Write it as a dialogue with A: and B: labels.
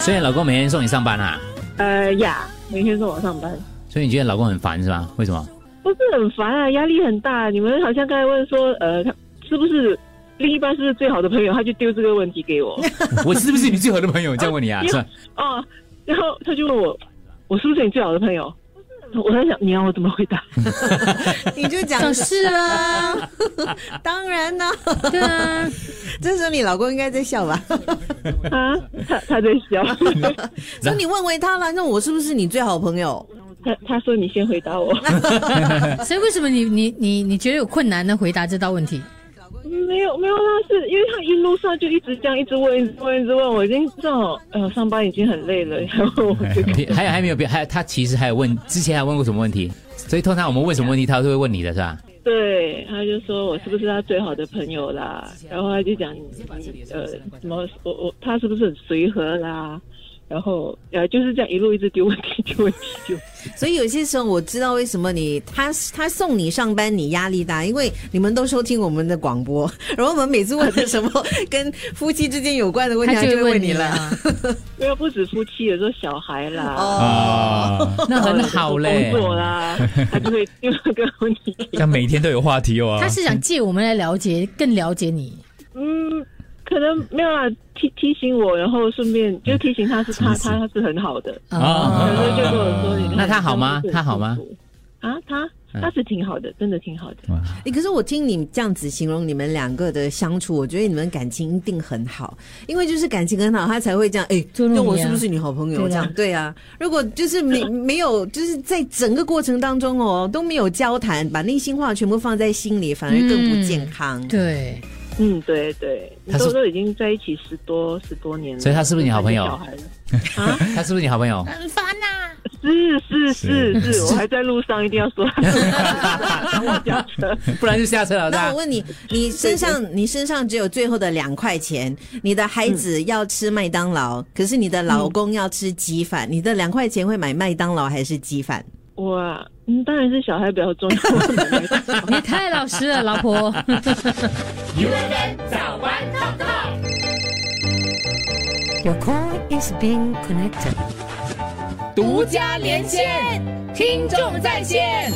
A: 所以老公每天送你上班啊？
B: 呃呀，每天送我上班，
A: 所以你觉得老公很烦是吧？为什么？
B: 不是很烦啊，压力很大。你们好像刚才问说，呃，他是不是另一半是不是最好的朋友？他就丢这个问题给我，
A: 我是不是你最好的朋友？这样问你 啊？是吧？
B: 哦，然后他就问我，我是不是你最好的朋友？我在想，你让我怎么回答？
C: 你就讲
D: 想是啊，
C: 当然呢，
D: 对啊，
C: 这时候你老公应该在笑吧？
B: 啊，他他在笑，
C: 那你问回他了，那我是不是你最好朋友？
B: 他他说你先回答我，
D: 所以为什么你你你你觉得有困难呢？回答这道问题，
B: 没有没有啦，是因为他一路上就一直这样一直问，一直问，一直问，我已经正好呃上班已经很累了，然后我就
A: 还有还没有别还有他其实还有问之前还问过什么问题？所以通常我们问什么问题，他都会问你的是吧？
B: 对，他就说我是不是他最好的朋友啦，然后他就讲你呃什么我我他是不是很随和啦，然后呃就是这样一路一直丢问题丢问题丢问题，
C: 所以有些时候我知道为什么你他他送你上班你压力大，因为你们都收听我们的广播，然后我们每次问的什么跟夫妻之间有关的问题，
D: 他
C: 他
D: 就
C: 就会
D: 会
C: 问
D: 问
C: 你
D: 你
C: 了。
D: 了。
B: 没有不止夫妻，有时候小孩啦，
A: 啊、
D: 那
B: 然后
D: 很
B: 有时候
D: 好嘞
B: 工，作啊啦，他就会丢这个问题给你。
E: 他每天都有话题哦、啊。
D: 他是想借我们来了解，更了解你。
B: 嗯，可能没有啦，提提醒我，然后顺便就提醒 他是他他他是很好的，
A: 啊
B: 有时候就跟我说你
A: 那他好吗
B: 这样
A: 他好吗嗯
B: 是很幸福？啊，他他是挺好的，真的挺好的。
C: 诶欸可是我听你这样子形容你们两个的相处，我觉得你们感情一定很好，因为就是感情很好，他才会这样。哎、
D: 尊重
C: 那
D: 你啊
C: 我是不是你好朋友？
D: 对啊
C: 这样对啊。如果就是没没有，就是在整个过程当中哦都没有交谈，把内心话全部放在心里，反而更不健康。
D: 对，
B: 嗯，对对，
A: 他是
B: 都都已经在一起十多十多年了，
A: 所以他是不是你好朋友
B: 有小孩了
A: 他是不是你好朋友？
D: 很烦呐、啊。
B: 是是是是，我还在路上，一定要 说，当我讲车，
A: 不然就下车了，是
C: 那
A: 吧
C: 我？问你，你身上你身上只有最后的两块钱，你的
D: 嗯
C: 孩子要吃麦当劳，可是你的老公要吃鸡饭，你的两块钱会买麦当劳还是鸡饭？
B: 我啊嗯，当然是小孩比较重要。
D: 你太老实了，老婆。
F: Your call is being connected.
G: 独家连线，听众在线。